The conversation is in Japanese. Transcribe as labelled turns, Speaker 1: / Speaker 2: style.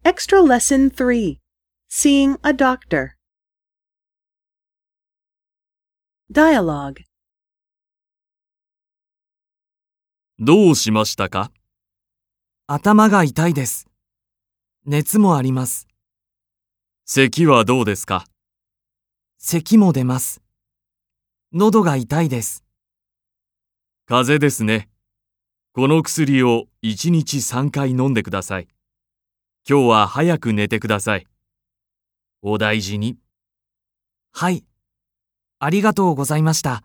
Speaker 1: Extra Lesson 3 Seeing a Doctor. Dialogue
Speaker 2: どうしましたか
Speaker 3: 頭が痛いです。熱もあります。
Speaker 2: 咳はどうですか
Speaker 3: 咳も出ます。喉が痛いです。
Speaker 2: 風邪ですね。この薬を1日3回飲んでください。今日は早く寝てください。お大事に。
Speaker 3: はい。ありがとうございました。